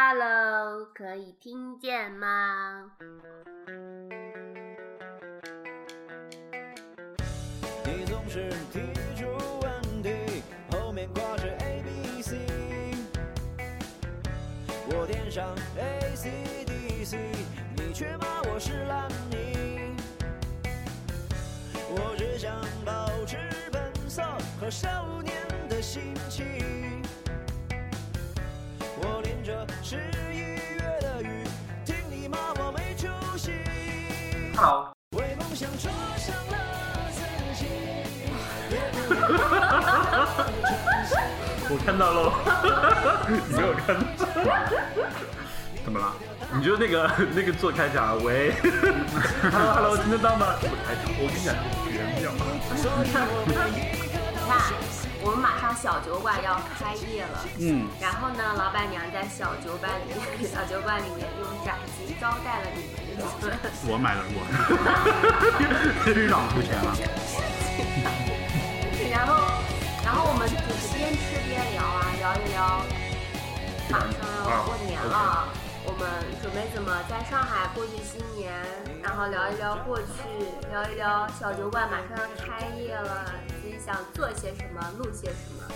Hello，可以听见吗？你总是提出问题，后面挂着 A B C。我点上 A C D C，你却骂我是烂泥。我只想保持本色和少年的心情。我淋着十一月的雨，听你骂我没出息。 Hello，为梦想灼伤了自己，我看到喽， 你没有看到？怎么了？你就那个 那个做开场，喂 ，Hello Hello，听得到吗？我开场，我跟你讲，绝妙，所以我们一个你看，我们马上小酒馆要开业了。嗯，然后呢，老板娘在小酒馆里 面，小酒馆里面用展旗招待了你们一顿。我买了过，局长出钱啊了，然后，然后我们就是边吃边聊啊，聊一聊，马上要呃过年了，我们准备怎么在上海过去新年，然后聊一聊过去，聊一聊小酒馆马上要开业了，自己想做些什么，录些什么，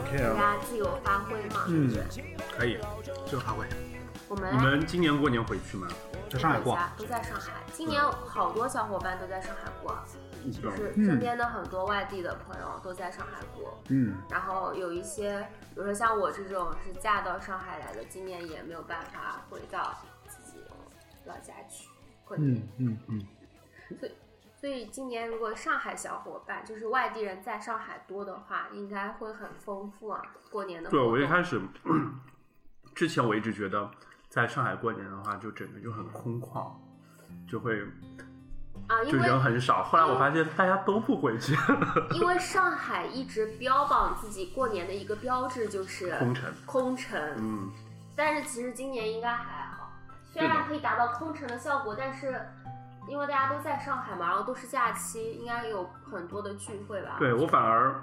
OK 大啊，家自由发挥嘛。嗯，可以，就发挥。我们你们今年过年回去吗？在上海大逛，家都在上海，今年好多小伙伴都在上海过，对就是身边的很多外地的朋友都在上海过。嗯，然后有一些，比如说像我这种是嫁到上海来的，今年也没有办法回到自己老家去过年。嗯嗯，所以今年如果上海小伙伴，就是外地人在上海多的话，应该会很丰富啊，过年的活对，动。我一开始之前我一直觉得在上海过年的话，就整个就很空旷，就会啊，就因为人很少。后来我发现大家都不回去， 因为上海一直标榜自己过年的一个标志就是空城。空城，嗯，但是其实今年应该还好，虽是的然可以达到空城的效果，但是因为大家都在上海嘛，然后都是假期，应该有很多的聚会吧。，对我反而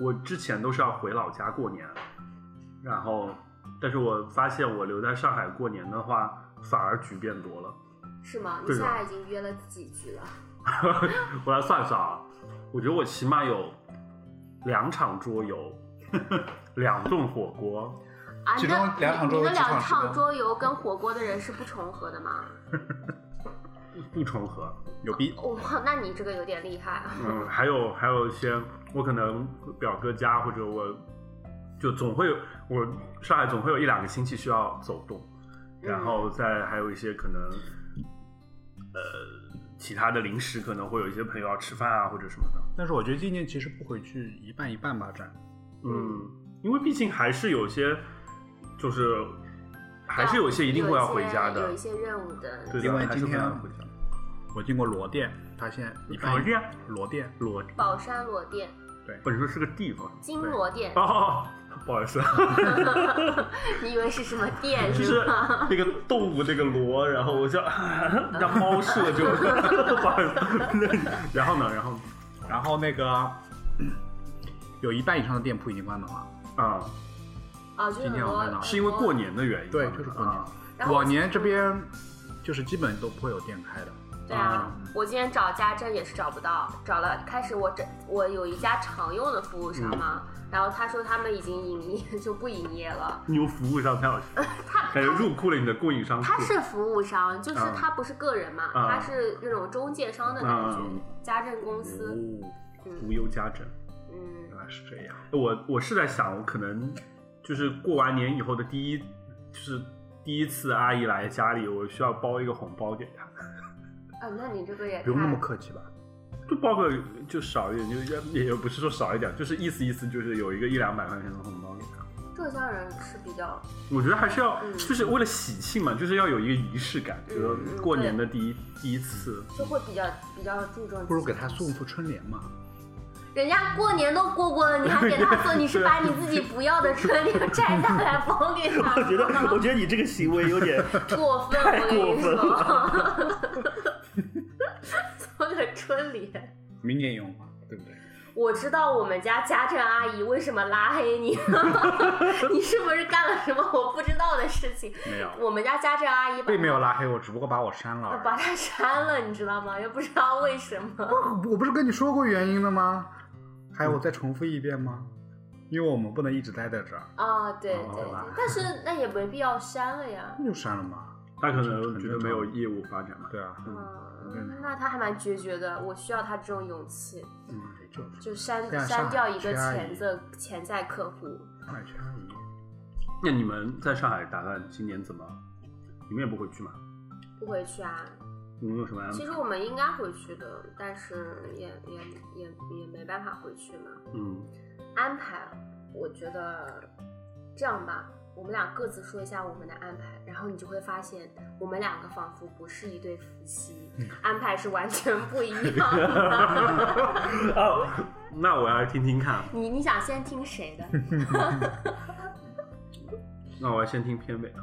我之前都是要回老家过年，然后但是我发现我留在上海过年的话，反而局变多了。 是吗？你对现的在已经约了几局了？我来算算啊，我觉得我起码有两场桌游， 两顿火锅，啊，其中那两场桌游你你的几场两是吧场桌游跟火锅的人是不重合的吗？不重合，有逼。哇，哦那你这个有点厉害啊！嗯，还有还有一些，我可能表哥家或者我，就总会有我上海总会有一两个亲戚需要走动，然后嗯再还有一些可能，呃，其他的临时可能会有一些朋友要吃饭啊或者什么的。但是我觉得今年其实不回去一半一半吧，这样嗯，因为毕竟还是有些，就是还是有一些一定会要回家的哦啊有一。些有一些任务的。对另的，外还是今会天要回家。我经过罗店，发现一半罗一店，罗店，罗宝山罗店、本啊身是个地方。金罗店，哦，不好意思。 你以为是什么店就是是吗？那个动物那个螺，然后我就 让猫射就，不好意思。 然后呢，然后然后那个有一半以上的店铺已经关门了。啊，啊，就是今天很我看多到是因为过。年的原因吗，对就是过年啊然后往年这边就是基本都不会有店开的。对啊，我今天找家政也是找不到，找了开始我这我有一家常用的服务商嘛，嗯然后他说他们已经营业就不营业了，你有服务商太好笑了，他感觉哎入库了你的供应商库他。是服务商，就是啊嗯他不是个人嘛，嗯他是那种中介商的感觉，啊嗯家政公司，哦，嗯无忧家政，嗯原来是这样。我我是在想，我可能就是过完年以后的第一，就是第一次阿姨来家里，我需要包一个红包给她。啊，那你这个也不用那么太客气吧？就包个就少一点，就是也也不是说少一点，就是意思意思，就是有一个一两百块钱的红包给他。浙江人是比较我觉得还是要嗯，就是为了喜庆嘛，就是要有一个仪式感，嗯就是过年的第一第一次。就会比较比较注重，不如给他送一副春联嘛。人家过年都过过了，你还给他做，你是把你自己不要的春联摘下来包给他，我觉得，我觉得你这个行为有点，过分，我跟过你分说，做个春联。明年用嘛，对不对？啊我知道我们家家政阿姨为什么拉黑你，你是不是干了什么我不知道的事情。没有，我们家家政阿姨把并没有拉黑我，只不过把我删了而已。把它删了，你知道吗？又不知道为什么。啊我不是跟你说过原因了吗？还有，我再重复一遍吗？因为我们不能一直待在这儿，啊，对哦对对，但是那也没必要删了呀。那就删了嘛。他可能觉得没有业务发展嘛。对啊，嗯，那他还蛮决绝的，我需要他这种勇气，嗯，就就删这样上删海掉一个缺阿潜姨在潜在客户。上海圈阿姨，那你们在上海打算今年怎么？你们也不回去吗？不回去啊！嗯你们有什么安排其？实我们应该回去的，但是也也也也没办法回去嘛。 嗯，安排，我觉得这样吧，我们俩各自说一下我们的安排，然后你就会发现我们两个仿佛不是一对夫妻，嗯安排是完全不一样的。哦，那我要听听看，你你想先听谁的？ 那我要先听片尾啊。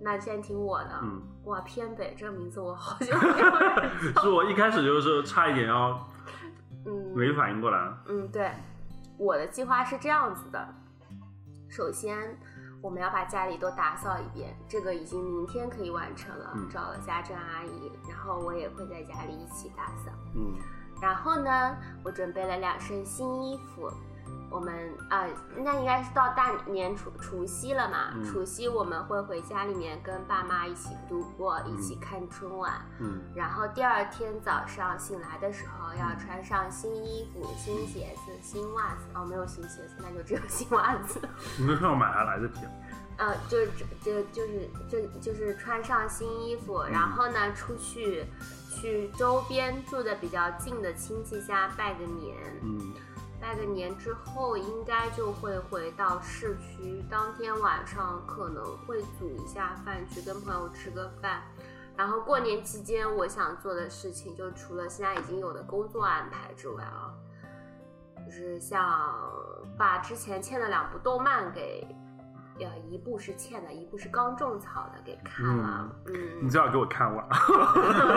那先听我的。嗯，哇，偏北这个名字我好久没有人。 是我一开始就是差一点要嗯，没反应过来。嗯，对，我的计划是这样子的：首先，我们要把家里都打扫一遍，这个已经明天可以完成了，嗯找了家政阿姨，然后我也会在家里一起打扫。嗯然后呢，我准备了两身新衣服。我们啊、那应该是到大年除除夕了嘛？嗯除夕我们会回家里面跟爸妈一起度过，一起看春晚。嗯然后第二天早上醒来的时候，要穿上新衣服、新鞋子、新袜子。哦，没有新鞋子，那就只有新袜子。你们是要买还来得及？啊呃，就就就是就就是穿上新衣服，然后呢，出去去周边住的比较近的亲戚家拜个年。嗯拜个年之后，应该就会回到市区。当天晚上可能会煮一下饭，去跟朋友吃个饭。然后过年期间，我想做的事情，就除了现在已经有的工作安排之外啊，就是像把之前欠的两部动漫给，呃，一部是欠的，一部是刚种草的，给看了。嗯你最好给我看完。啊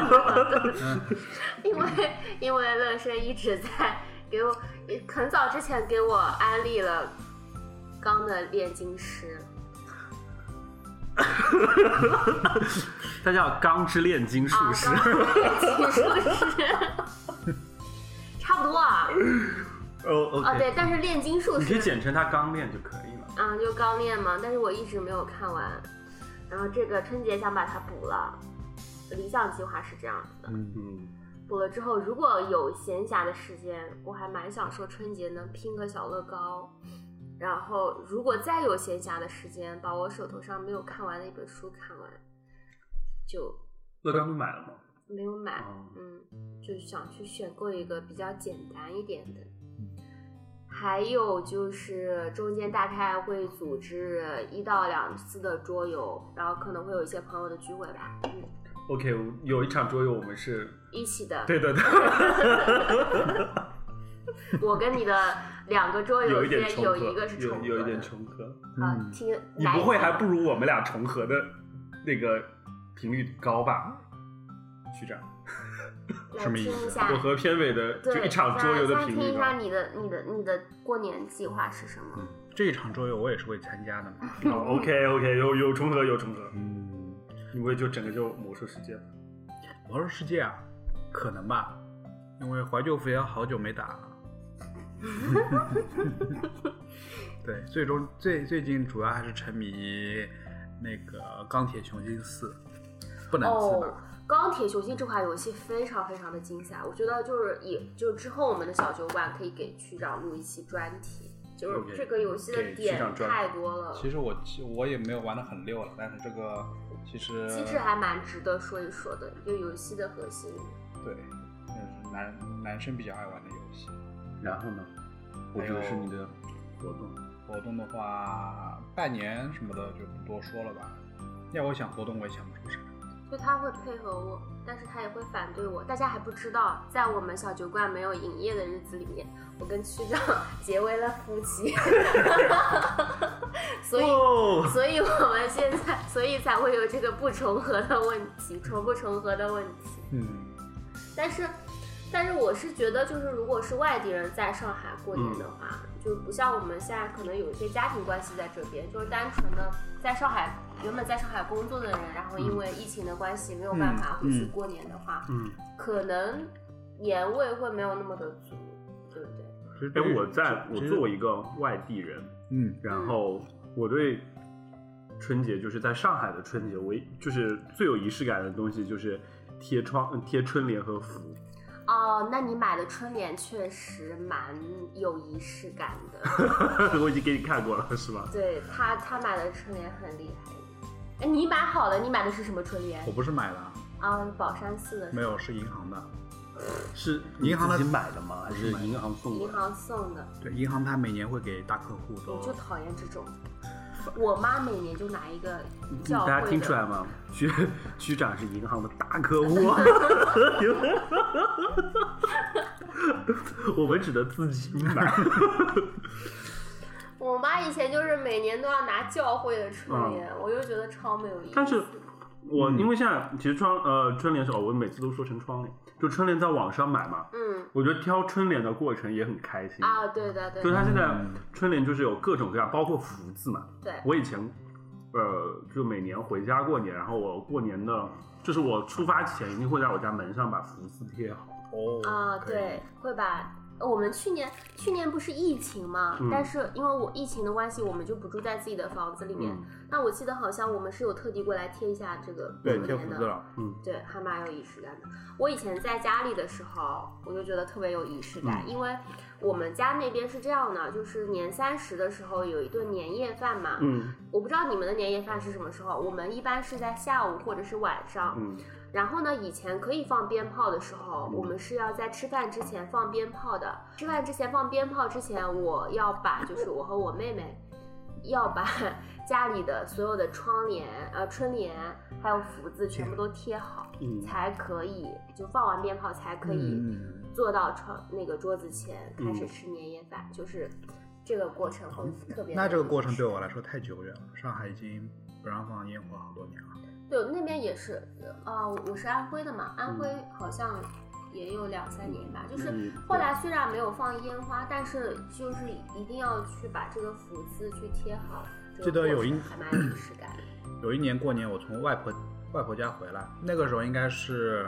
因为因为乐生一直在给我，很早之前给我安利了刚的炼金师，它叫《钢之炼金术啊，师刚》的炼金术师，差不多啊，哦啊对，但是炼金术你可以师，简称它钢炼就可以了。啊，就刚练嘛，但是我一直没有看完，然后这个春节想把它补了，理想计划是这样子的，嗯，嗯，补了之后如果有闲暇的时间，我还蛮想说春节能拼个小乐高。然后，如果再有闲暇的时间，把我手头上没有看完的一本书看完，就乐高你买了吗？没有买哦，嗯，就想去选购一个比较简单一点的。嗯还有就是中间大概会组织一到两次的桌游，然后可能会有一些朋友的聚会吧，嗯， OK，有一场桌游我们 是，一起的。对 的对，我跟你的两个桌游有一之点间重合，有一个是重合的，有有一点重合。啊，嗯听你来不会还不如我们俩重合的那个频率高吧？局长，来什么听意思一下我，和片尾的就对，一场桌游的来频听率一下高。你的你的你的过年计划是什嗯么？这一场桌游我也是会参加的嘛。哦 OK OK，有有重合有重合，嗯，你不会就整个就魔兽世界了？魔兽世界啊，可能吧，因为怀旧服也好久没打了。 对，最终最最近主要还是沉迷那个钢铁雄心四，不能自拔。哦，钢铁雄心这款游戏非常非常的精彩，我觉得就是以就之后我们的小酒馆可以给区长录一期专题，就是 OK，这个游戏的给区点长专太多了，其实我我也没有玩的很溜了，但是这个其实机制还蛮值得说一说的，就游戏的核心。对，就是男男生比较爱玩的游戏。然后呢？我觉得是你的活动。活动的话，拜年什么的就不多说了吧。要我想活动，我也想不出啥。就他会配合我，但是他也会反对我。大家还不知道，在我们小酒馆没有营业的日子里面，我跟区长 结为了夫妻， 所以，哦，所以我们现在，所以才会有这个不重合的问题，重不重合的问题。嗯，但是，但是我是觉得，就是如果是外地人在上海过年的话，就不像我们现在可能有一些家庭关系在这边，就是单纯的在上海原本在上海工作的人，然后因为疫情的关系没有办法回去过年的话，嗯，可能年味会没有那么的足，对不对？其实哎这，我在我其实作为一个外地人，嗯然后我对春节就是在上海的春节，我一就是最有仪式感的东西就是贴窗贴春联和福。哦，那你买的春联确实蛮有仪式感的，我已经给你看过了，是吧？对他他买的春联很厉害。哎，你买好了，你买的是什么春联我？不是买的啊，啊，宝山寺的，没有，是银行的。是银行的你自己买的吗？还是银行送银的？行送的。对，银行它每年会给大客户我就都，讨厌这种。我妈每年就拿一个教大家会嗯听出的，来吗？区区长是银行的大客户。啊 我们只能自己买。我妈以前就是每年都要拿教会的春联，我就觉得超没有意思。但是我因为现在其实窗呃春联是哦，我每次都说成窗帘，就春联在网上买嘛，嗯我觉得挑春联的过程也很开心。啊，对的对所以的它现在嗯春联就是有各种各样，包括福字嘛。对，我以前呃就每年回家过年，然后我过年的，就是我出发前一定会在我家门上把福字贴好。哦啊，可以对，会把。呃我们去年去年不是疫情嘛，嗯但是因为我疫情的关系，我们就不住在自己的房子里面。嗯那我记得好像我们是有特地过来贴一下这个对，春贴联福的字了，嗯对，还蛮有仪式感的。我以前在家里的时候，我就觉得特别有仪式嗯感，因为我们家那边是这样的，就是年三十的时候有一顿年夜饭嘛。嗯我不知道你们的年夜饭是什么时候，我们一般是在下午或者是晚上。嗯然后呢，以前可以放鞭炮的时候，我们是要在吃饭之前放鞭炮的。吃饭之前放鞭炮之前，我要把就是我和我妹妹要把家里的所有的窗帘、呃春联还有福字全部都贴好，嗯才可以就放完鞭炮才可以嗯，坐到窗那个桌子前开始嗯吃年夜饭，就是这个过程会特别的有意思。嗯那这个过程对我来说太久远了，上海已经不让放烟火好多年了。对那边也是，呃，我是安徽的嘛，安嗯徽好像也有两三年吧，就是。嗯后来虽然没有放烟花，但是就是一定要去把这个福字去贴好。这个记得有过程一还蛮有仪式 感的。有一年过年，我从外婆外婆家回来，那个时候应该是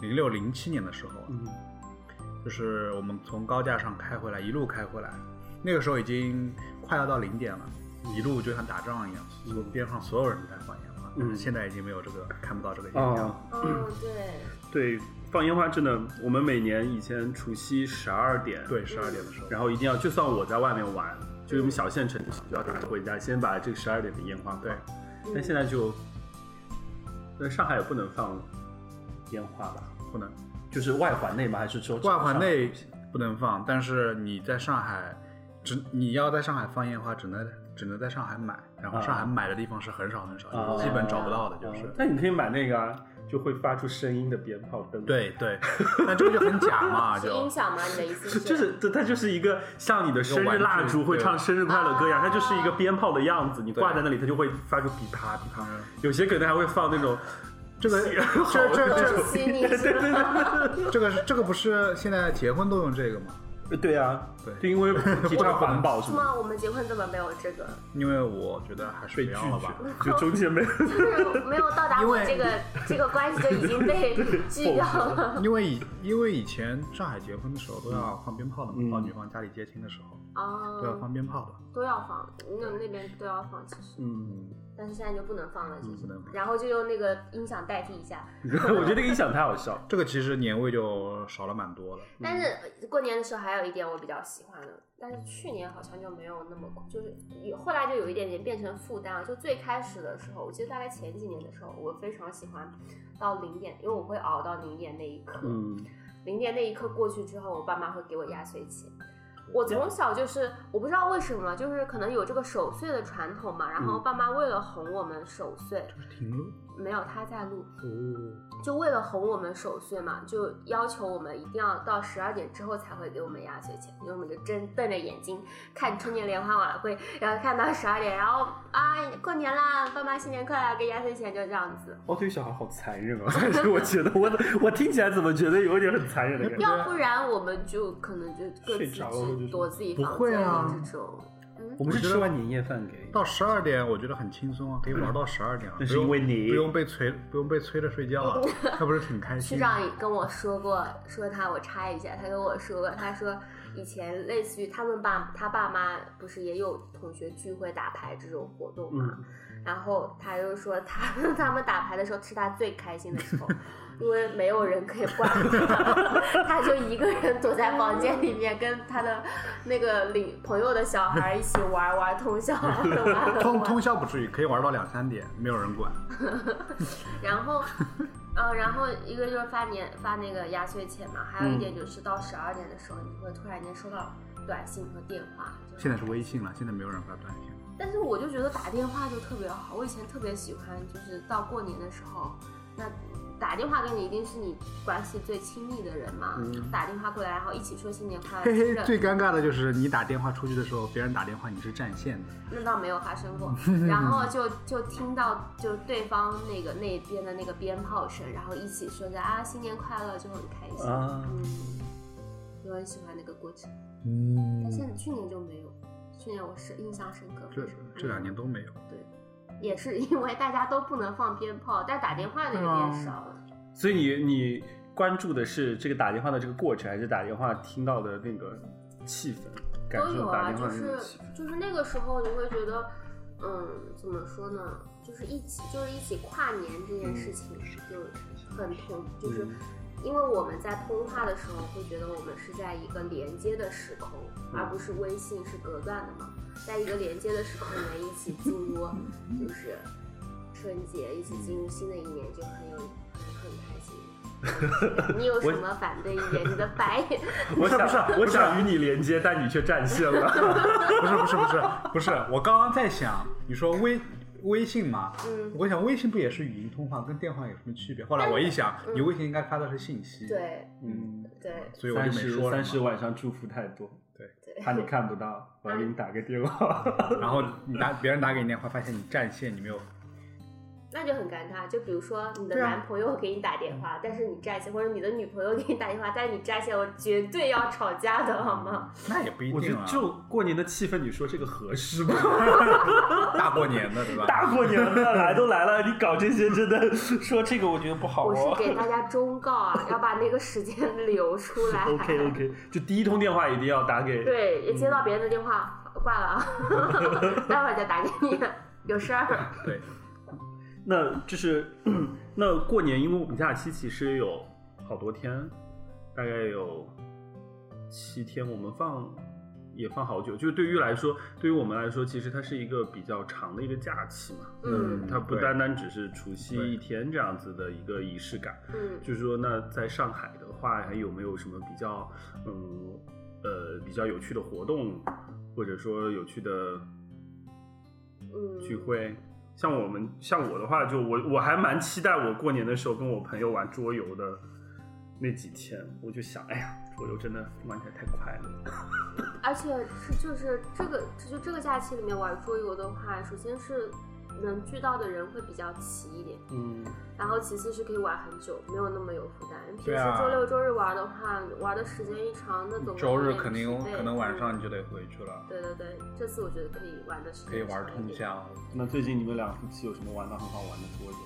零六零七年的时候，啊嗯就是我们从高架上开回来，一路开回来，那个时候已经快要到零点了，一路就像打仗一样，嗯边上所有人都在放烟花，嗯但是现在已经没有这个看不到这个现象了。哦，哦，对，对，放烟花真的，我们每年以前除夕十二点，对，十二点的时候，然后一定要，就算我在外面玩，就我们小县城就要赶回家，先把这个十二点的烟花放对，嗯但现在就，那上海也不能放烟花吧？不能就是外环内吗？还是说外环内不能放，但是你在上海，只你要在上海放烟花，只能只能在上海买，然后上海啊哦买的地方是很少很少，啊基本找不到的，就是。那你可以买那个啊，就会发出声音的鞭炮灯。，对对，那这个就很假嘛，是啊就 音响吗？你的意思 就？是这，它就是一个像你的生日蜡烛会唱生日快乐歌一样，它就是一个鞭炮的样子，你挂在那里，它就会发出噼啪噼啪。有些可能还会放那种 这个这这恭这喜你是吧？这个是这个不是现在结婚都用这个吗？呃，对啊，对就因 为提倡环保什是么吗？我们结婚怎么没有这个？因为我觉得还是被不拒要了吧。绝，就中 间没有。就是没有到达因我为这 个这个关系就已经被拒掉了。因为以因为以前上海结婚的时候都要放鞭炮的嗯嘛，到女方家里接亲的时候都要哦，放鞭炮的。都要放，那那边都要放，其实，嗯，但是现在就不能放了，其实嗯不能放，然后就用那个音响代替一下。 我觉得那个音响太好笑了。这个其实年味就少了蛮多了。但是呃过年的时候还有一点我比较喜欢的，但是去年好像就没有那么，就是有后来就有一点点变成负担了。就最开始的时候，我记得大概前几年的时候，我非常喜欢到零点，因为我会熬到零点那一刻。嗯，零点那一刻过去之后，我爸妈会给我压岁钱。我从小就是我不知道为什么，就是可能有这个守岁的传统嘛。然后嗯爸妈为了哄我们守岁，停了没有他在录，哦，就为了哄我们守岁嘛，就要求我们一定要到十二点之后才会给我们压岁钱，因为我们就睁瞪着眼睛看春节联欢晚会，然后看到十二点，然后啊过年啦，爸妈新年快乐，给压岁钱就这样子。哦，对小孩好残忍啊！ 但是我觉得我我听起来怎么觉得有点很残忍的感觉？要不然我们就可能就各自睡着了或者去是躲自己房不会间啊里这种。嗯我们是我觉得吃完年夜饭给你，到十二点我觉得很轻松啊，可以玩到十二点啊，那是不用因为你不用被催，不用被催着睡觉啊，那不是挺开 区心？长跟我说过，说他我插一下，他跟我说过，他说以前类似于他们爸他爸妈不是也有同学聚会打牌这种活动嘛，嗯，然后他又说他 他们打牌的时候是他最开心的时 候，因为没有人可以管他， 他就一个人躲在房间里面跟他的那个邻朋友的小孩一起玩儿玩儿通宵，玩儿玩儿通通宵不至于，可以玩到两三点，没有人管。然后，呃，然后一个就是发年发那个压岁钱嘛，还有一点就是到十二点的时候，你会突然间收到短信和电话。就是现在是微信了，现在没有人发短信。但是我就觉得打电话就特别好，我以前特别喜欢，就是到过年的时候，那打电话给你一定是你关系最亲密的人嘛，打电话过来，然后一起说新年 快乐，嗯嘿吃嘿着， 最尴尬的就是你打电话出去的时候，别人打电话你是占线的。那倒没有发生过。然后就就听到就对方那个那边的那个鞭炮声，然后一起说着啊新年快乐，就很开心。啊嗯，我很喜欢那个过程，嗯但现在去年就没有。去年我是印象深刻，嗯这这两年都没有。也是因为大家都不能放鞭炮，但打电话的也变少了。所以你你关注的是这个打电话的这个过程，还是打电话听到的那个气氛？感都有受打啊，电就话的那是个气氛。就是那个时候你会觉得，嗯，怎么说呢？就是一起就是一起跨年这件嗯事情就很同，就是因为我们在通话的时候会觉得我们是在一个连接的时空，而不嗯是微信是隔断的嘛，在一个连接的时空里面一起进 入，就是春节一起进入新的一年就很有很开心。 你有什么反对意见？你的白眼我想不啊是不是我想与你连接，但你却占线了。不是不是不是不是，我刚刚在想，你说微微信嘛，嗯我想微信不也是语音通话，跟电话有什么区别？后来我一想，嗯你微信应该发的是信息，，对嗯， 对。所以我就没说了三十嘛。晚上祝福太多，对怕你看不到， 我要给你打个电话。然后你打别人打给你电话，发现你占线，你没有，那就很尴尬。就比如说你的对啊男朋友给你打电话，但是你占线，或者你的女朋友给你打电话，但是你占线，我绝对要吵架的好吗？那也不一我觉定得啊。就过年的气氛，你说这个合适吗？大过年的，对吧？ 大过年的来都来了，你搞这些真的说这个我觉得不好我是哦。给大家忠告啊，要把那个时间留出 来。 OK OK，就第一通电话一定要打给。对，也接到别人的电话，挂了啊， 待会儿再打给你，有事 儿。对，那就是， 那过年，因为我们假期其实有好多天，大概有七天，我们放也放好久。就是对于来说，对于我们来说，其实它是一个比较长的一个假期嘛。嗯它不对单单只是除夕对一天这样子的一个仪式感。嗯，就是说，那在上海的话，还有没有什么比较，嗯，呃，比较有趣的活动，或者说有趣的嗯聚会？像我们，像我的话，就我我还蛮期待我过年的时候跟我朋友玩桌游的那几天，我就想，哎呀，桌游真的玩起来太快了。而且是就是这个就这个假期里面玩桌游的话，首先是能聚到的人会比较齐一点。嗯，然后其次是可以玩很久，没有那么有负担。平对时啊周六周日玩的话，玩的时间一长，那总周日会肯有点定疲惫可能晚上你就得回去了嗯。，对对对，这次我觉得可以玩的时间可以玩长一通点。宵。那最近你们两夫妻有什么玩的很好玩的桌游？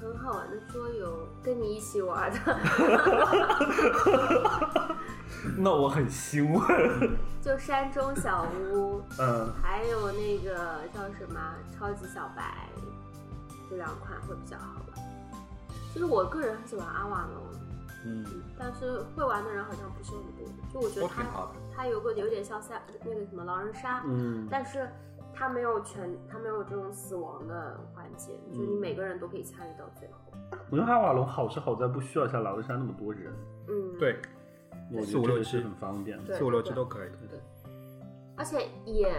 很好玩的桌游，跟你一起玩的， 那我很欣慰。就山中小屋，嗯，还有那个叫什么啊超级小白，这两款会比较好玩。其实我个人很喜欢阿瓦隆，嗯但是会玩的人好像不是很多。就我觉得都它挺好的它有个有点像三那个什么狼人杀，嗯但是它没有全，它没有这种死亡的环节，嗯就你每个人都可以参与到最后。我觉得阿瓦隆好是好在不需要像狼人杀那么多人。嗯，对，我觉四得五这六个是七很方便的。对四五六七都可以。而且也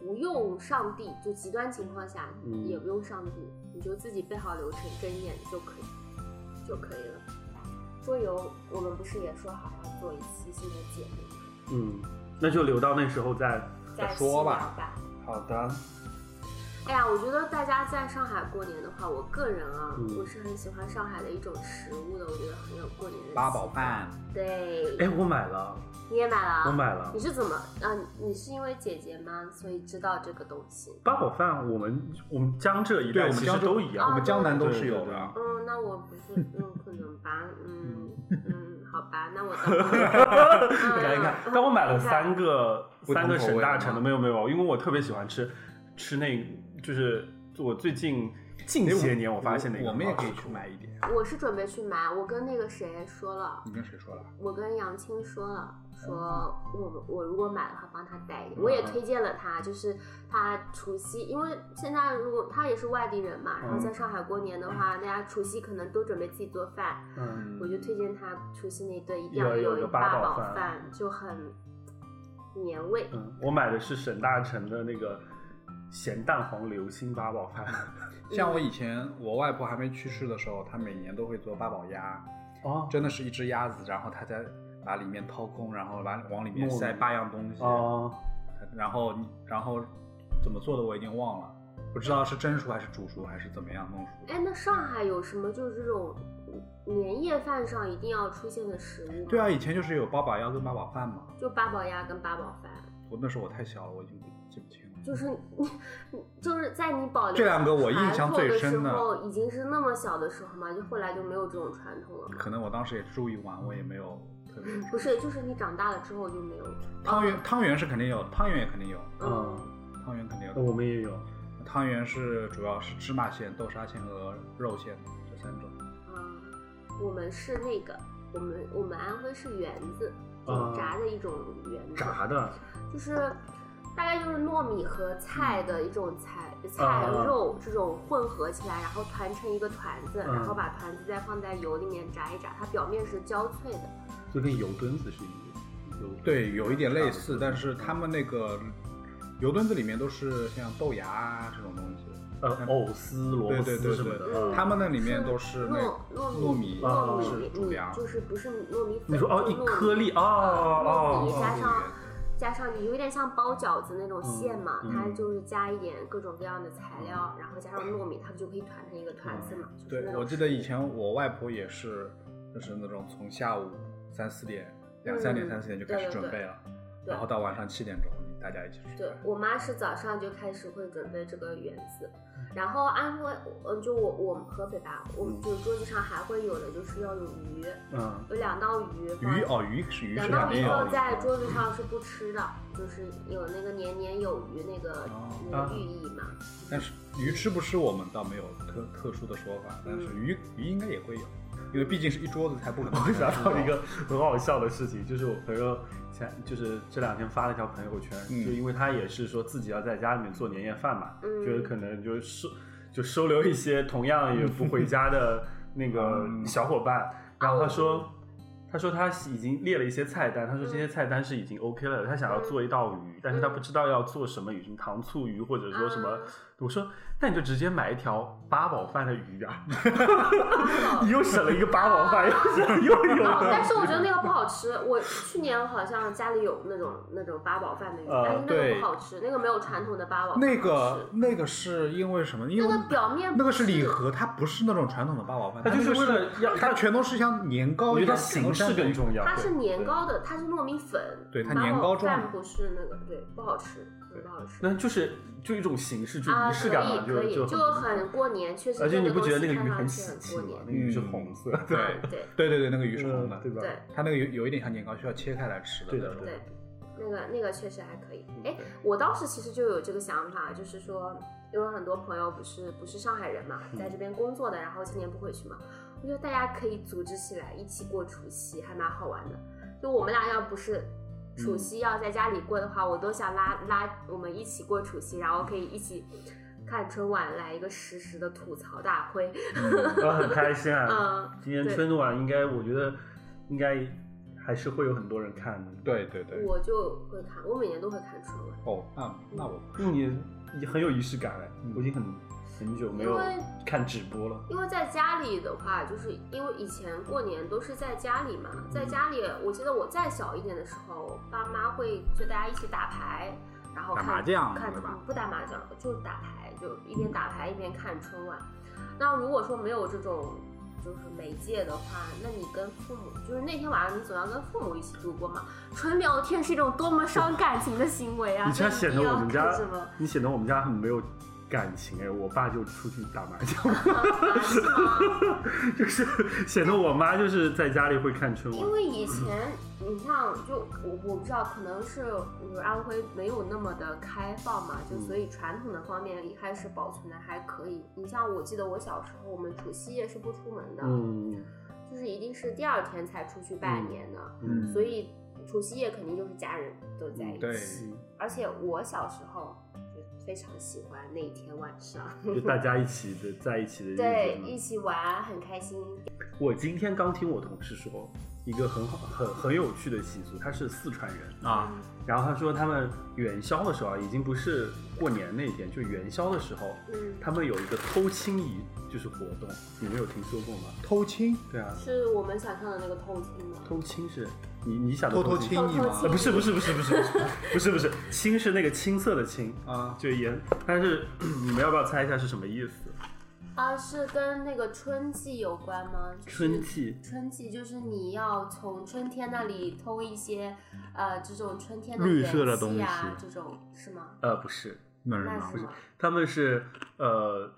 不用上帝，就极端情况下、嗯也不用上帝，你就自己备好流程跟演就可以就可以了。桌游我们不是也说好要做一期新的节目吗，嗯，那就留到那时候再。再说吧细聊吧。好的，哎呀，我觉得大家在上海过年的话，我个人啊，嗯我是很喜欢上海的一种食物的，我觉得很有过年的气氛八宝。饭，对，哎，我买了，你也买了啊？我买了你是怎么啊？你是因为姐姐吗？所以知道这个东西？八宝饭。我们我们江浙一对我带们其实江浙都一我样 啊，们江南都对是对有对啊的。嗯，那我不是，嗯，可能吧，嗯嗯，好吧，那我 嗯等会你看，你看，但我买了三个不同三个口味沈大的成的，吗没有没有，因为我特别喜欢吃吃那，就是我最近近些年我发现那个哎我们很也好嗯可以吃去买一点。我是准备去买，我跟那个谁说了，你跟谁说了？我跟杨青说了，说我我如果买了，话帮他带一点。我嗯也推荐了他，就是他除夕，因为现在如果他也是外地人嘛，然后嗯在上海过年的话，大家除夕可能都准备自己做饭，嗯，我就推荐他除夕那顿一定要有有一一个个八宝宝饭饭，就很年味。嗯，我买的是沈大成的那个咸蛋黄流心八宝饭。像我以前我外婆还没去世的时候，她每年都会做八宝鸭，哦真的是一只鸭子，然后她再把里面掏空，然后把往里面弄塞八样东西，哦，然后然后怎么做的我已经忘了，不知道是蒸熟还是煮熟还是怎么样弄熟。哎，那上海有什么就是这种年夜饭上一定要出现的食物吗？对啊，，以前就是有八宝鸭跟八宝饭嘛。就八宝鸭跟八宝饭，我那时候我太小了，我已经不记不清了。就是你你就是在你保留这两个我印象最深的的时候，已经是那么小的时候嘛，就后来就没有这种传统了嘛。可能我当时也注意玩，我也没有特别。不是，就是你长大了之后就没有了。汤圆，汤圆是肯定有的，汤圆也肯定有，嗯，汤圆肯定有那的。我们也有。汤圆是主要是芝麻馅、豆沙馅和肉馅这三种。嗯，我们是那个，我们我们安徽是圆子，嗯就炸的一种圆子，炸的，就是大概就是糯米和菜的一种菜菜嗯嗯嗯肉这种混合起来，然后团成一个团子，嗯然后把团子再放在油里面炸一炸，它表面是焦脆的。就跟油墩子是一个油。对，有一点类似，但是他们那个油墩子里面都是像豆芽啊这种东西，呃，藕丝、萝卜对对丝对什么对，的。对他们那里面都是那嗯糯糯糯米糯嗯啊米是主米粮，就是不是糯米粉，你说哦，就一是糯米颗粒哦糯米哦加哦，上加上你有点像包饺子那种馅嘛，嗯嗯它就是加一点各种各样的材料，然后加上糯米，它不就可以团成一个团子嘛？就是那对，种我记得以前我外婆也是，就是那种从下午三四点、两三点、嗯三四点就开始对对准对备了，对然后到晚上七点钟大家一起吃对饭。我妈是早上就开始会准备这个圆子，然后安徽，嗯，就我我们河北吧，我嗯们就是桌子上还会有的，就是要有鱼，嗯，有两道鱼，鱼哦，鱼是鱼两是肯道定鱼有放的。在桌子上是不吃的，就是有那个年年有余那个哦那啊个寓意嘛。但是鱼吃不吃我们倒没有特特殊的说法，但是鱼鱼应该也会有，因为毕竟是一桌子才 不可能。我想到一个很好笑的事情，就是我朋友前就是这两天发了一条朋友圈，嗯就因为他也是说自己要在家里面做年夜饭嘛，嗯觉得可能就收就收留一些同样也不回家 的那个嗯哦小伙伴，然后他说。他说他已经列了一些菜单，他说这嗯些菜单是已经 OK 了，他想要做一道鱼，但是他不知道要做什么鱼，什么糖醋鱼或者说什么啊。我说那你就直接买一条八宝饭的鱼啊， 好 你又省了一个八宝饭，又省又有哦，了但是我觉得 那个不好吃。我去年好像家里有那种那种八宝饭的鱼，呃但是那个对不好吃，那个没有传统的八宝饭好吃。那个那个是因为什么？因那为个表面那个不是礼盒，它不是那种传统的八宝饭，它就是那个为了要它全都是像年糕我一觉得样，形式更重要。它是对年糕的，它是糯米粉，对八它宝年糕状饭不是那个，对，不好吃，对不好吃。那就是就一种形式，就啊，仪式感嘛，可以可就以，就很过年，确实。而且你不觉得那个鱼很喜喜气过吗年？？嗯哎那个鱼是红色的，对对对对对，那个鱼是红的，对吧？对它那个有有一点像年糕，需要切开来吃的对那的种。对，那个那个确实还可以。嗯 哎，我当时其实就有这个想法，就是说，因为很多朋友不是不是上海人嘛，在这边工作的，然后今年不回去嘛，我觉得大家可以组织起来一起过除夕，还蛮好玩的。就我们俩要不是。除夕要在家里过的话，我都想拉拉我们一起过除夕，然后可以一起看春晚，来一个实时的吐槽大会。我很开心啊嗯！今年春晚应该，我觉得应该还是会有很多人看的。对对对，我就会看，我每年都会看春晚。哦，那那我因为你很有仪式感哎，嗯我已经很很久没有因为看直播了。因为在家里的话，就是因为以前过年都是在家里嘛，在家里，我记得我再小一点的时候，爸妈会就大家一起打牌，然后打看麻将看对吧不打麻将，就是打牌，就一边打牌一边看春晚。那如果说没有这种就是媒介的话，那你跟父母就是那天晚上你总要跟父母一起度过嘛。纯聊天是一种多么伤感情的行为啊！你这样显得我们 这一定要家看什么？，你显得我们家很没有感情哎。我爸就出去打麻将，啊是吗？ 就是显得我妈就是在家里会看春晚因。为以前你像就我我不知道，可能是就是安徽没有那么的开放嘛，就嗯所以传统的方面一开始保存的还可以。你像我记得我小时候，我们除夕夜是不出门的，嗯就是一定是第二天才出去拜年的，嗯所以除夕夜肯定就是家人都在一对起。而且我小时候就非常喜欢那一天晚上，就大家一起的在一起的日子嘛。对，一起玩很开心。我今天刚听我同事说一个很好很很有趣的习俗，他是四川人，啊，然后他说他们元宵的时候啊，已经不是过年那一天，就元宵的时候，嗯，他们有一个偷亲仪，就是活动，你们有听说过吗？偷亲，对啊，是我们想象的那个偷亲吗？偷亲是你你想的偷偷亲亲你偷偷吗亲？呃，不是不是不是不是不是不 是青是那个青色的青，啊，就颜，但是 你们要不要猜一下是什么意思？啊，是跟那个春季有关吗？就是、春季，春季就是你要从春天那里偷一些，呃，这种春天的绿元色的气东啊，西这种是吗？呃，不是，那是那吗是？吗？他们是呃，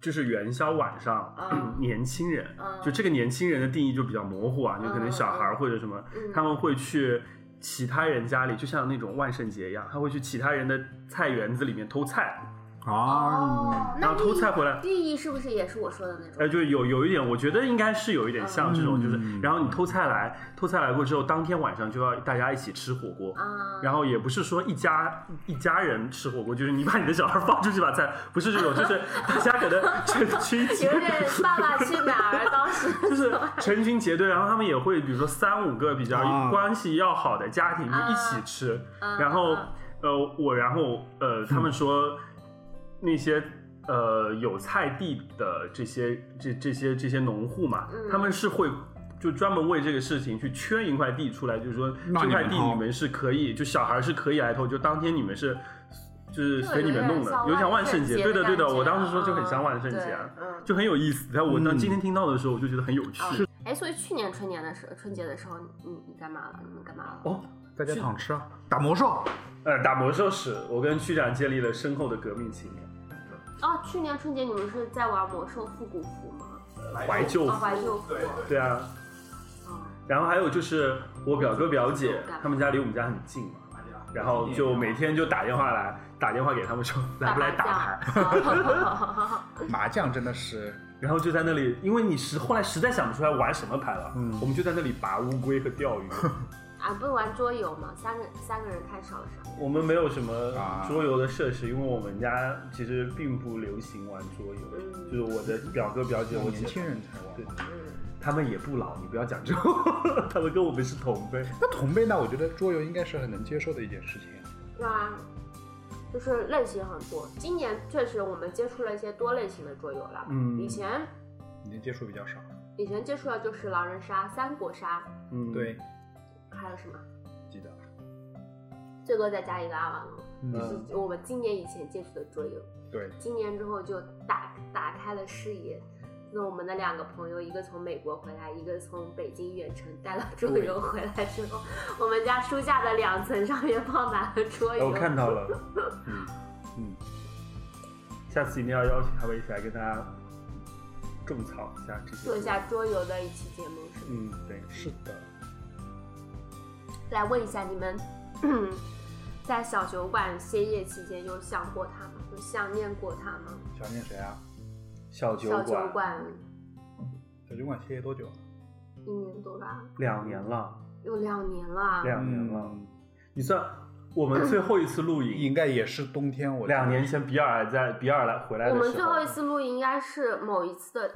就是元宵晚上、嗯 年轻人，嗯就这个年轻人的定义就比较模糊啊，就可能小孩儿或者什么，嗯他们会去其他人家里，就像那种万圣节一样，他会去其他人的菜园子里面偷菜，啊，哦，嗯然那后偷菜回来寓意是不是也是我说的那呃，种？就有有一点，我觉得应该是有一点像这种，就是嗯然后你偷菜来，偷菜来过之后，当天晚上就要大家一起吃火锅。啊， 然后也不是说一家一家人吃火锅，就是你把你的小孩放出去把菜，不是这种，就是大家可能成群结有点爸爸去哪儿，当 时就是成群结队，然后他们也会，比如说三五个比较啊关系要好的家庭啊一起吃，啊然后啊呃我然后呃他们说那些呃有菜地的这些这这些这些农户嘛，嗯他们是会。就专门为这个事情去圈一块地出来，就是说那这你块们地好你们是可以，就小孩是可以来偷，就当天你们是，就是随你们弄的，有有点万圣节，对的的对的的，感觉我当时说就很嗯像万圣节对啊，嗯，就很有意思。但我嗯当今天听到的时候，我就觉得很有趣。啊哎，所以去年春年的时候，春节的时候，你你你干嘛了？你们干嘛了？哦，在家躺吃啊，打魔兽，呃，打魔兽时，我跟区长建立了深厚的革命情感，哦，去年春节你们是在玩魔兽复古服吗？怀旧啊，怀旧服。对啊，嗯然后还有就是我表哥表姐嗯他们家离我们家很近嘛，然后就每天就打电话来，打电话给他们说来不来嗯打牌，哦牌？麻将真的是，然后就在那里，因为你实后来实在想不出来玩什么牌了，嗯我们就在那里拔乌龟和钓 鱼，啊，不是玩桌游吗？三个三个人太少了是吧？我们没有什么啊桌游的设施，因为我们家其实并不流行玩桌游，嗯就是我的表哥表姐我呃年姐轻人才玩对嘛。嗯，他们也不老，你不要讲这种， 他们跟我们是同辈。那同辈呢？我觉得桌游应该是很能接受的一件事情。对啊，就是类型很多。今年确实我们接触了一些多类型的桌游了。嗯以前你的接触比较少。以前接触的就是狼人杀、三国杀，嗯，对，，还有什么？记得。最多再加一个阿瓦隆，嗯，就是我们今年以前接触的桌游。对，今年之后就打打开了视野。那我们的两个朋友，一个从美国回来，一个从北京远程带了桌游回来之后，我们家书架的两层上面放满了桌游。哎我看 到了，嗯嗯，下次一定要邀请他们一起来跟大家种草一下这些。做一下桌游的一期节目是吗？嗯，对，是的。嗯来问一下你们，嗯在小酒馆歇业期间有想过他吗？有想念过他吗？想念谁啊？小酒小酒馆小酒馆歇业多久？一年多吧，两年了，有两年了。两年嗯了。你算我们最后一次露营应，该也是冬天。我两年前比尔还在比尔来回来的我时候，们最后一次露营应该是某一次的，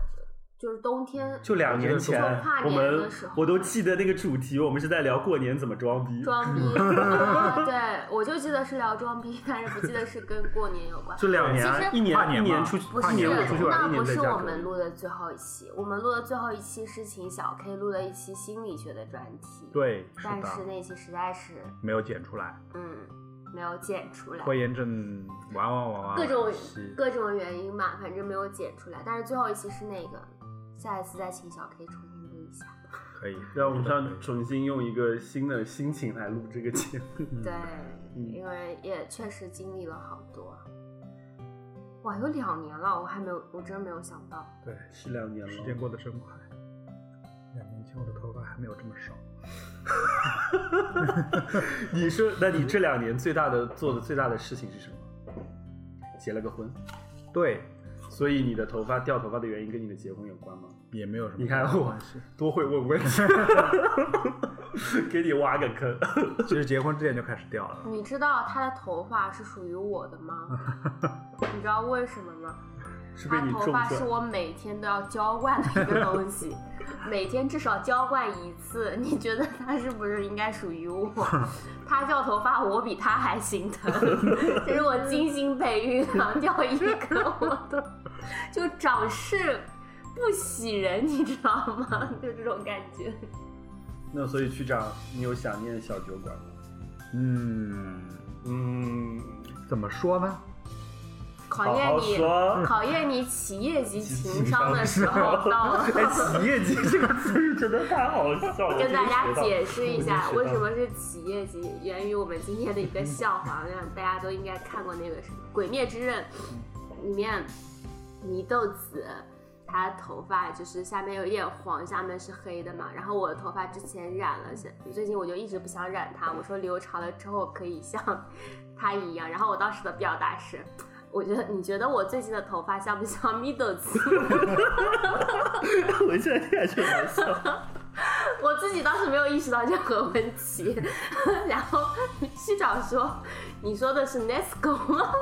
就是冬天，就两年前就是跨，我年们的时候我都记得那个主题，我们是在聊过年怎么装逼。装逼。啊对，我就记得是聊装逼，但是不记得是跟过年有关。就两年啊其，实一年跨年一嘛年出去，不是，一年我出去玩，那一年不在是家我隔离们录的最后一期，我们录的最后一期是请小 K 录的一期心理学的专题。，对，是但是的，那期实在是，没有剪出来。嗯，没有剪出来，拖延症玩玩玩玩，各种是各种原因吧，反正没有剪出来。但是最后一期是那个，下一次再请小 K 重新录一下。可以。让我们上重新用一个新的心情来录这个节目。对，嗯因为也确实经历了好多。哇，有两年了，我还没有，我真没有想到。对，是两年时间了，过得真快。两年前我的头发还没有这么少，你说，那你这两年最大的做的最大的事情是什么？结了个婚，对，所以你的头发掉头发的原因跟你的结婚有关吗？也没有什么。你看我关系，多会问问题，给你挖个坑。其实结婚之前就开始掉了。你知道他的头发是属于我的 吗？你知道为什么吗？是被他你头种发是出来。我每天都要浇灌的一个东西， 每天至少浇灌一次。你觉得他是不是应该属于 我？他掉头发，我比他还心疼，这是我精心培育的，掉一个我都就长势不喜人，你知道吗？ 就这种感觉。那所以区长，你有想念小酒馆吗？嗯， 嗯，怎么说呢？考好验好你，说。考验你 企业级情商的时候到 了。哎，企业 级这个词真的太好笑了。跟大家解释一下，我为已经学到了什么是企业级，源于我们今天的一个笑话。我想大家都应该看过那个什么《鬼灭之刃》嗯里面，祢豆子她头发就是下面有一点黄，下面是黑的嘛。然后我的头发之前染了，现最近我就一直不想染它，我说留长了之后可以像 她一样。然后我当时的表达是。我觉得你觉得我最近的头发像不像 Middle 子？ 我现在开始玩笑。我自己当时没有意识到任何问题， 然后区长说：“你说的是 Nesco 吗？”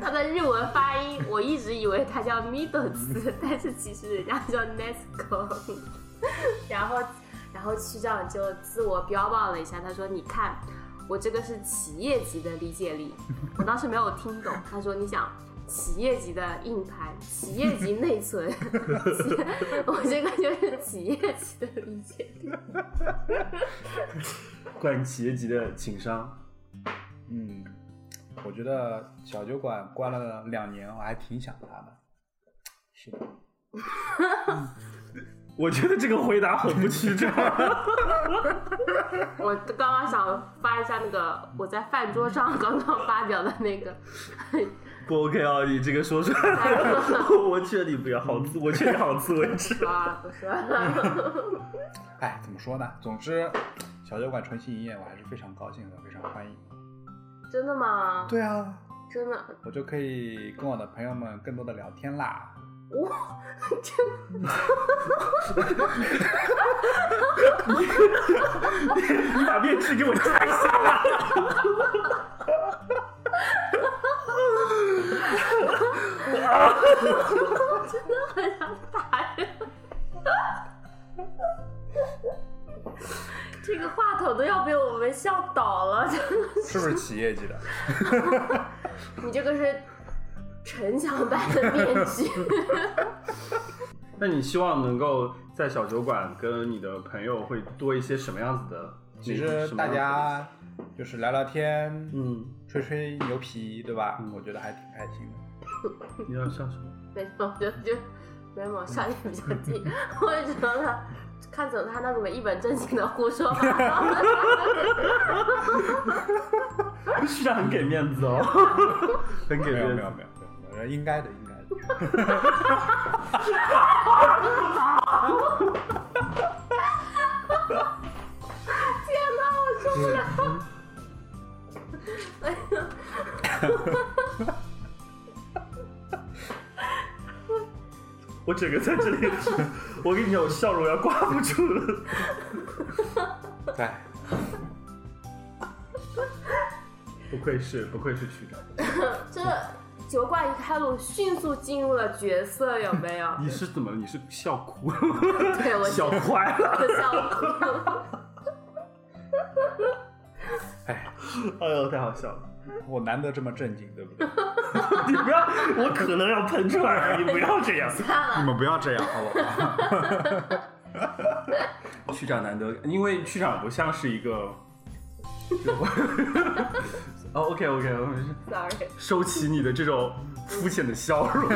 他的日文发音，我一直以为他叫 Middle 字，但是其实人家叫 Nesco。然后，然后区长就自我标榜了一下，他说：“你看，我这个是企业级的理解力。”我当时没有听懂，他说：“你想。”企业级的硬盘，企业级内存，企我这个就是企业级的理解力。关于企业级的情商，嗯，我觉得小酒馆关了两年，我还挺想他的。是的，我觉得这个回答很不曲折。我刚刚想发一下那个我在饭桌上刚刚发表的那个， 哎不 OK 啊，你这个说出 来，我劝你不要好自，我劝你好自为之。啊，不是了，哎，怎么说呢？总之，小酒馆重新营业，我还是非常高兴的，非常欢迎。真的吗？对啊，真的，我就可以跟我的朋友们更多的聊天 啦。哇，你把面具给我摘下来。真的很想打人。这个话筒都要被我们笑倒了，真的是不是企业级的？你这个是城墙般的面具。那你希望能够在小酒馆跟你的朋友会多一些什么样子的？其实大，家就是聊聊天，嗯，吹吹牛皮，对吧？嗯我觉得还挺开心的。你要像什么？没有，我觉得就没有上限比较低，我就觉得看走他那种一本正经的胡说八道。 市长很给面子 哦，很给没有面没有子。没有，我觉得应该的应该的。天哪，我受不了！哎呀， 我整个在这里，我跟你讲，我笑容要挂不住了。哎，不愧是不愧是区长，这酒馆一开录，迅速进入了角色，有没有？你是怎么了？你是笑哭了，对我笑坏了。 笑哭。 哎呦，太好笑了！我难得这么正经，对不 对？你不要，我可能要喷出来，你不要这 样。你们不要这样，好不好？ 区长难得，因为区长不像是一个 哦，OK OK， ，sorry。收起你的这种肤浅的笑容。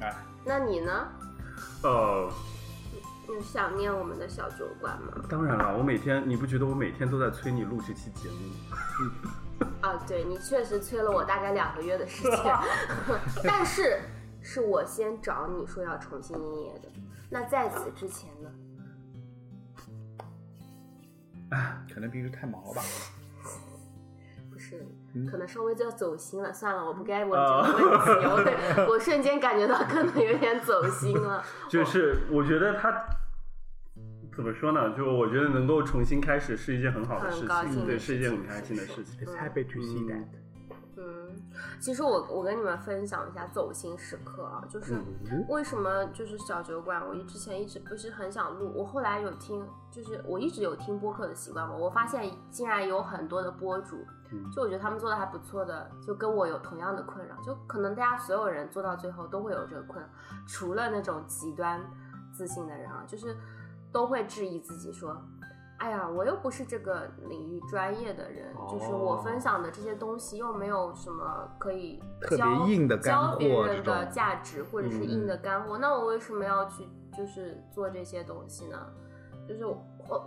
哎，那你呢？ 呃，你想念我们的小酒馆吗？当然了，我每天你不觉得我每天都在催你录这期节目吗？啊，对你确实催了我大概两个月的时间， 但是是我先找你说要重新营业的。那在此之前呢？可能平时太忙了吧？不是，可能稍微就要走心了。算了，我不该问这个问题。我对我瞬间感觉到可能有点走心了。 就是我觉得他怎么说呢？就我觉得能够重新开始是一件很好的很事高兴情，的对，事是一件情很开心的事情。 It's happy to see that。嗯，其实我我跟你们分享一下走心时刻啊，就是嗯为什么就是小酒馆，我一之前一直不是很想录，我后来有听，就是我一直有听播客的习惯嘛，我发现竟然有很多的播主嗯，就我觉得他们做的还不错的，就跟我有同样的困扰，就可能大家所有人做到最后都会有这个困扰，除了那种极端自信的人啊，就是都会质疑自己说。哎呀，我又不是这个领域专业的人，就是我哦分享的这些东西又没有什么可以特别教硬的干教别货人这种嗯的价值或者是硬的干货，那我为什么要去就是做这些东西呢？就是我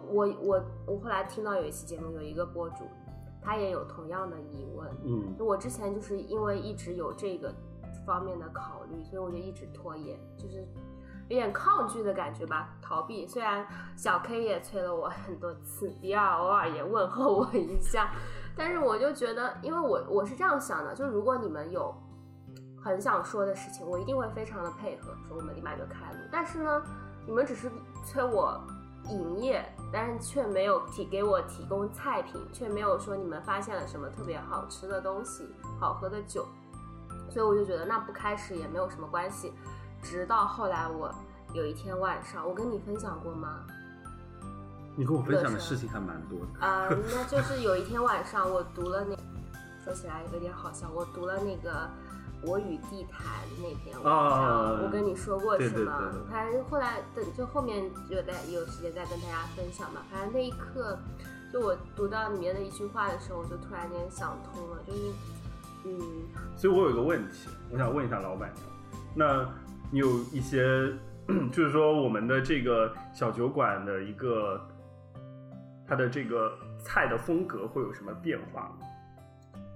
我我我后来听到有一期节目，有一个博主，他也有同样的疑问，嗯，我之前就是因为一直有这个方面的考虑，所以我就一直拖延，就是有点抗拒的感觉吧，逃避。虽然小 K 也催了我很多次，比尔偶尔也问候我一下，但是我就觉得，因为我我是这样想的，就如果你们有很想说的事情，我一定会非常的配合，说我们立马就开录。但是呢，你们只是催我营业，但是却没有提给我提供菜品，却没有说你们发现了什么特别好吃的东西、好喝的酒，所以我就觉得那不开始也没有什么关系。直到后来我有一天晚上，我跟你分享过吗？你跟我分享的事情还蛮多的。呃， 那就是有一天晚上，我读了那，说起来有点好笑，我读了那个《我与地坛》那篇文章，啊我跟你说过对是对吗对对？反正后来等就后面有在有时间再跟大家分享吧。反正那一刻，就我读到里面的一句话的时候，我就突然间想通了，就是，嗯，所以我有一个问题，我想问一下老板娘，那你有一些， 就是说我们的这个小酒馆的一个，它的这个菜的风格会有什么变化吗？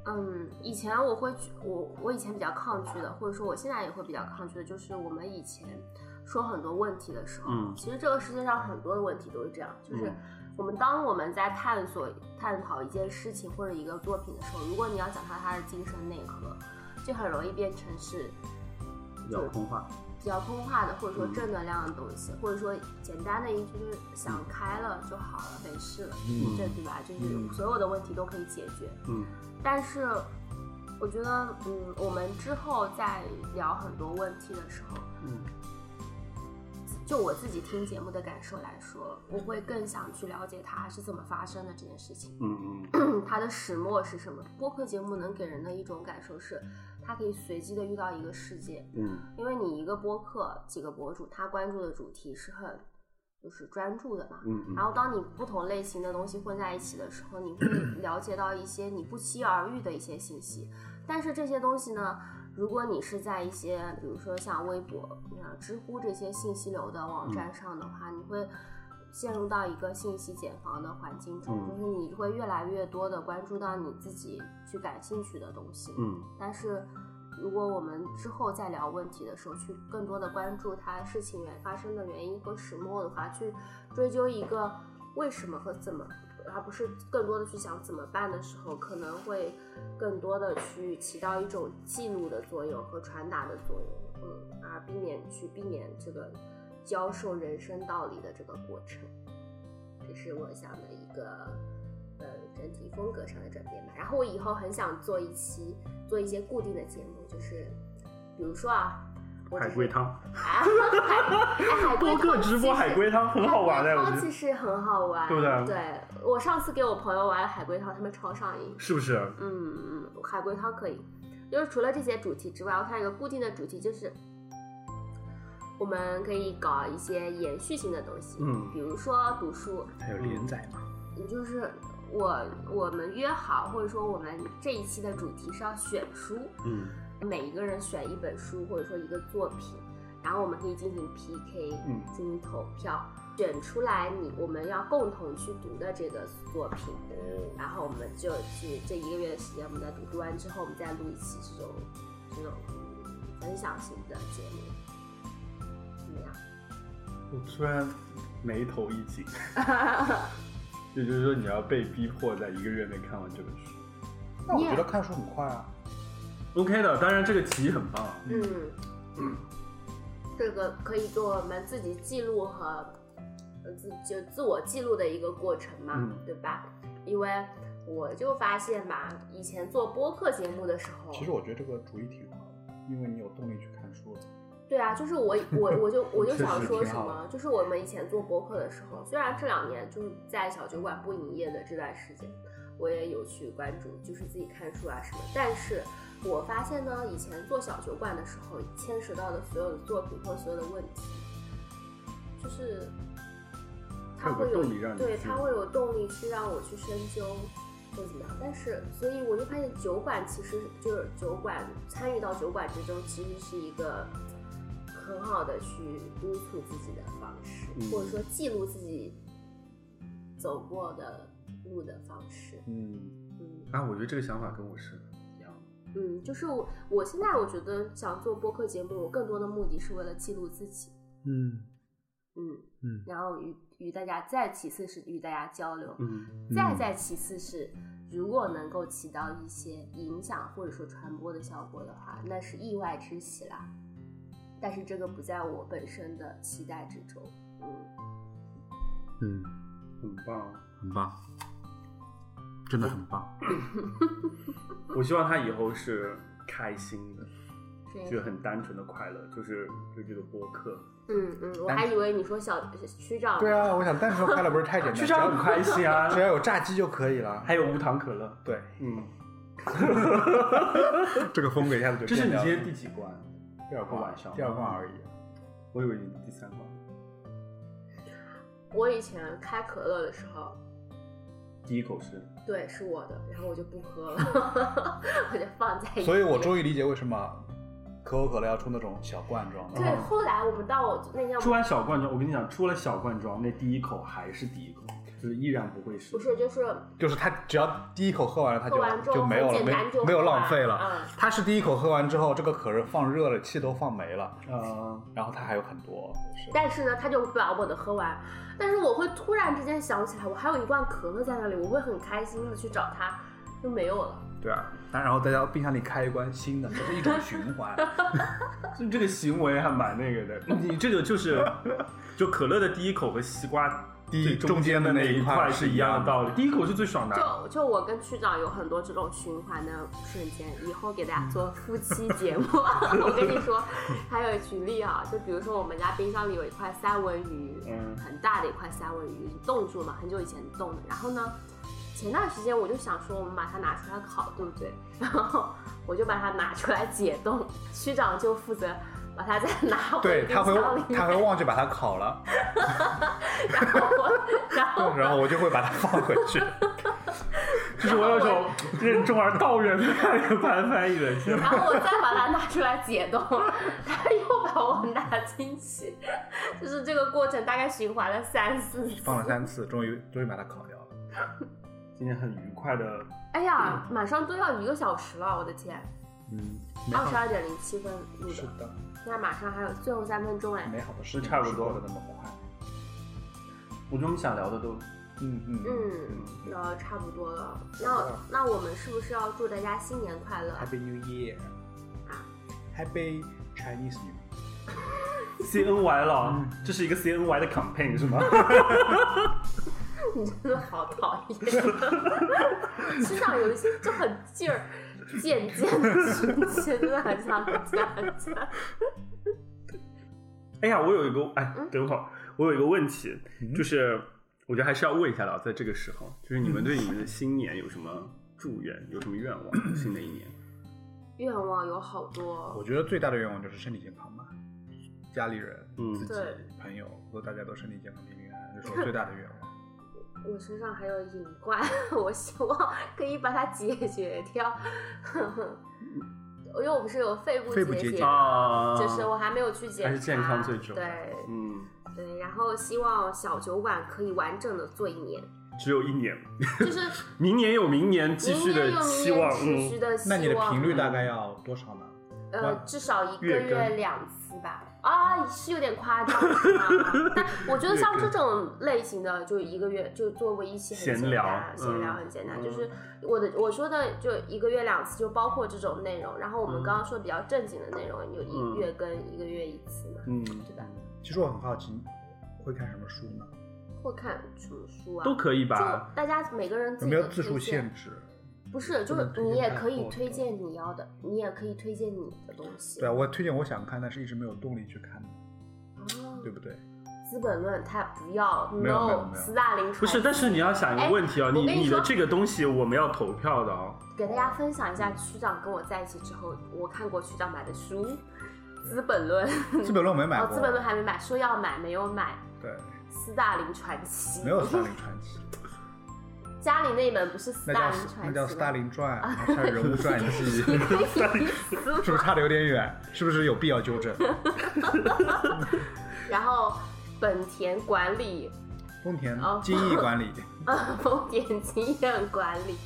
嗯，以前我会去，我我以前比较抗拒的，或者说我现在也会比较抗拒的，就是我们以前说很多问题的时候，嗯其实这个世界上很多的问题都是这样，就是嗯我们当我们在探索、探讨一件事情或者一个作品的时候，如果你要讲到它的精神内核，就很容易变成是比较空话，比较通化的，或者说嗯正能量的东西，或者说简单的一句就是想开了就好了，没事了，嗯这对吧？就是嗯所有的问题都可以解决。嗯但是我觉得，嗯，我们之后在聊很多问题的时候，嗯就我自己听节目的感受来说，我会更想去了解它是怎么发生的这件事情，嗯嗯，它的始末是什么。播客节目能给人的一种感受是，它可以随机的遇到一个世界，嗯因为你一个播客几个博主，他关注的主题是很就是专注的嘛，嗯然嗯，后当你不同类型的东西混在一起的时候，你 会了解到一些你不期而遇的一些信息。但是这些东西呢，如果你是在一些比如说像微博、啊、知乎这些信息流的嗯网站上的话，你会。陷入到一个信息茧房的环境中，嗯就是你会越来越多的关注到你自己去感兴趣的东西。嗯但是，如果我们之后再聊问题的时候，去更多的关注它事情原发生的原因和始末的话，去追究一个为什么和怎么，而不是更多的去想怎么办的时候，可能会更多的去起到一种记录的作用和传达的作用，嗯，而避免去避免这个教授人生道理的这个过程。这是我想的一个呃整体风格上的转变吧。然后我以后很想做一期做一些固定的节目，就是比如说啊，我只嗯海是龟汤，啊，海哎海龟播汤客直其播实海龟汤很哎好玩的，我海觉龟汤其得实很好玩，对不对对？我上次给我朋友玩海龟汤，他们超上瘾。是不是？嗯嗯，海龟汤可以。就是除了这些主题之外，我看有个固定的主题，就是我们可以搞一些延续性的东西，嗯比如说读书，还有连载嘛，就是我我们约好，或者说我们这一期的主题是要选书，嗯每一个人选一本书或者说一个作品，然后我们可以进行 PK，嗯进行投票，选出来你我们要共同去读的这个作品，然后我们就是这一个月的时间，我们在读读完之后，我们再录一期这种这种分享型的节目，怎么样？嗯我突然眉头一紧，也就是说你要被逼迫在一个月内看完这本书，那我 Yeah 觉得看书很快啊， ，OK 的。当然这个提议很棒啊，嗯，这个可以做我们自己记录和呃自就自我记录的一个过程嘛，嗯对吧？因为我就发现吧，以前做播客节目的时候，其实我觉得这个主意挺好的，因为你有动力去看书了。对啊，就是我我我就我就确实想说挺什好么，就是我们以前做播客的时候，虽然这两年就是在小酒馆不营业的这段时间，我也有去关注，就是自己看书啊什么，但是我发现呢，以前做小酒馆的时候，牵扯到的所有的作品或所有的问题，就是它会有个会有动力让你对去它会有动力去让我去深究。或怎么样，但是所以我就发现酒馆其实就是酒馆参与到酒馆之中，其实是一个很好的去督促自己的方式，嗯或者说记录自己走过的路的方式。嗯，嗯啊，我觉得这个想法跟我是一样的，嗯，就是我我现在我觉得想做播客节目，我更多的目的是为了记录自己。嗯嗯嗯，然后与与大家，再其次是与大家交流，嗯再再其次是，如果能够起到一些影响或者说传播的效果的话，那是意外之喜啦。但是这个不在我本身的期待之中。嗯，嗯，很棒。很棒，真的很棒。 我希望他以后是开心的，是就很单纯的快乐，就是就这个播客，嗯嗯，我还以为你说小区长。对啊，我想单纯快乐不是太简单，就只这样要很开心 啊只。要有炸鸡就可以了。还有无糖可乐，对，嗯，这个风格一下子就这是你变掉今了。天第几关？第二罐晚上第二嗯罐而已。我以为你第三关。我以前开可乐的时候，第一口是，对，是我的，然后我就不喝了， 我就放在一边。所以我终于理解为什么可口可乐要出那种小罐装的。对，后来我们到我那天我出们完小罐装，我跟你讲，出了小罐装，那第一口还是第一口，就是依然不会是。不是就是就是他只要第一口喝完了，他喝完之就后就没有了，很没简单就没有喝完浪费了嗯。他是第一口喝完之后，这个可乐放热了，气都放没了，呃，然后他还有很多。但是呢，他就把我的喝完。但是我会突然之间想起来，我还有一罐可乐在那里，我会很开心的去找它，就没有了。对啊，但然后再到冰箱里开一罐新的，这是一种循 环。就这个行为还蛮那个的。你这个就是，就可乐的第一口和西瓜第最一中间的中间的那一一块块是是一一样样的的道理。第一口是最爽的，就就我跟区长有很多这种循环的瞬间，以后给大家做夫妻节目。 我跟你说，还有举例啊，就比如说我们家冰箱里有一块三文鱼，嗯很大的一块三文鱼，冻住嘛，很久以前冻的。然后呢，前段时间我就想说，我们把它拿出来烤，对不对？ 然后我就把它拿出来解冻，区长就负责。把它再拿回对，冰他会箱里面，他会忘记把它烤了， 然后 我，然后然后我就会把它放回去。就是我有 种任重而道远的看着潘翻译的 劲然后我再把它拿出来解冻， 他又把我拿进去， 就是这个过程大概循环了三四次。放了三次，终于终于把它烤掉了。今天很愉快的，哎呀，马上都要一个小时了，我的天！嗯，二十二点零七分录是的，的，那马上还有最后三分钟哎。美好的事是情差不多是过得那么快。嗯我觉得我们想聊的都嗯嗯嗯，然后差不多了。那嗯那我们是不是要祝大家新年快乐？ ，Happy New Year，Happy 啊 Chinese New Year。 C N Y 了，这是一个 C N Y 的 campaign 是吗？你真的好讨厌， 身上有一些就很劲儿，贱贱的事情，真的很想讲讲。哎呀，我有一嗯个哎，等会儿我有一个问题，就是我觉得还是要问一下了，在这个时候，就是你们对你们的新年有什么祝愿，有什么愿 望？新的一年，愿望有好多，我觉得最大的愿望就是身体健康吧。家里人、嗯自己对、朋友，都大家都身体健康、平平安安，这是我最大的愿望。我身上还有隐患，我希望可以把它解决掉。 因为我不是有肺部肺部结结节节啊嘛，就是我还没有去检查，还是健康最重要对嗯，对，然后希望小酒馆可以完整的做一年，只有一年，就是明年有明年 继明续年的有明期望年，持续嗯，的希望。嗯那你的频率大概要多少呢？呃，至少一个月月更两次吧。啊，是有点夸张，是吗但我觉得像这种类型的，就一个月就做过一期很闲简聊单，闲聊嗯很简单。嗯就是我的我说的就一个月两次，就包括这种内容。然后我嗯们刚刚说比较正经的内容，有一嗯月跟一个月一次嘛，嗯，对吧？其实我很好奇，会看什么书呢？或看什么书啊？都可以吧？就大家每个人自己有没有的字推数荐限制？不是，就不是能推你荐也太可以厚推荐你要的，你也可以推荐你的东西。对啊，我推荐我想看，但是一直没有动力去看，哦对不对？资本论他不要没有没有，no，没有斯大林不是，但是你要想一个问题啊，哎你我跟你你的说这个东西我们要投票的哦。给大家分享一下区长跟我在一起之后，我看过区长买的书，《资本论》资本论我没买哦，过，啊《资本论》还没买，说要买没有买，对， 《斯大林传奇》没有斯大林传 奇，家里那本不是《斯那大叫林斯传奇》那叫斯大林，林传， 还是人物传记，你可以撕是不是差的有点远？是不是有必要纠正？然后本田管理，丰田哦精益管理， 呃，丰田经验管理，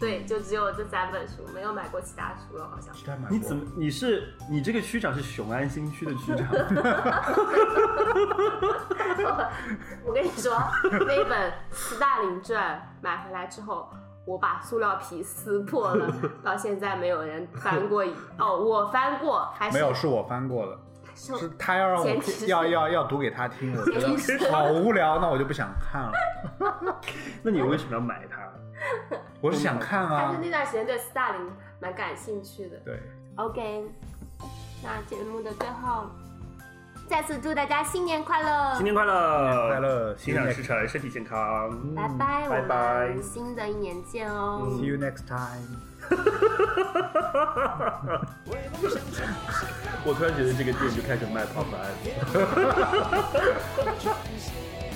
对，就只有这三本书，没有买过其他书了，好像。其他买你过怎么？你是你这个区长是雄安新区的区长？ 我跟你说， 那一本《斯大林传》买回来之后，我把塑料皮撕破了，到现在没有人翻过一。哦，我翻过，还是没有，是我翻过的。是是他要让我前提是要要要读给他听，我觉前提是得好无聊，那我就不想看了。那你为什么要买 它？我是想看但是啊，那段时间对斯大林蛮感兴趣的。对， OK，那节目的最后，再次祝大家新年快乐！新年快乐，快乐心想事成，身体健康。拜拜，拜拜我们新的一年见哦。 ，See you next time。嗯我突然觉得这个店就开始卖泡芙。谢谢。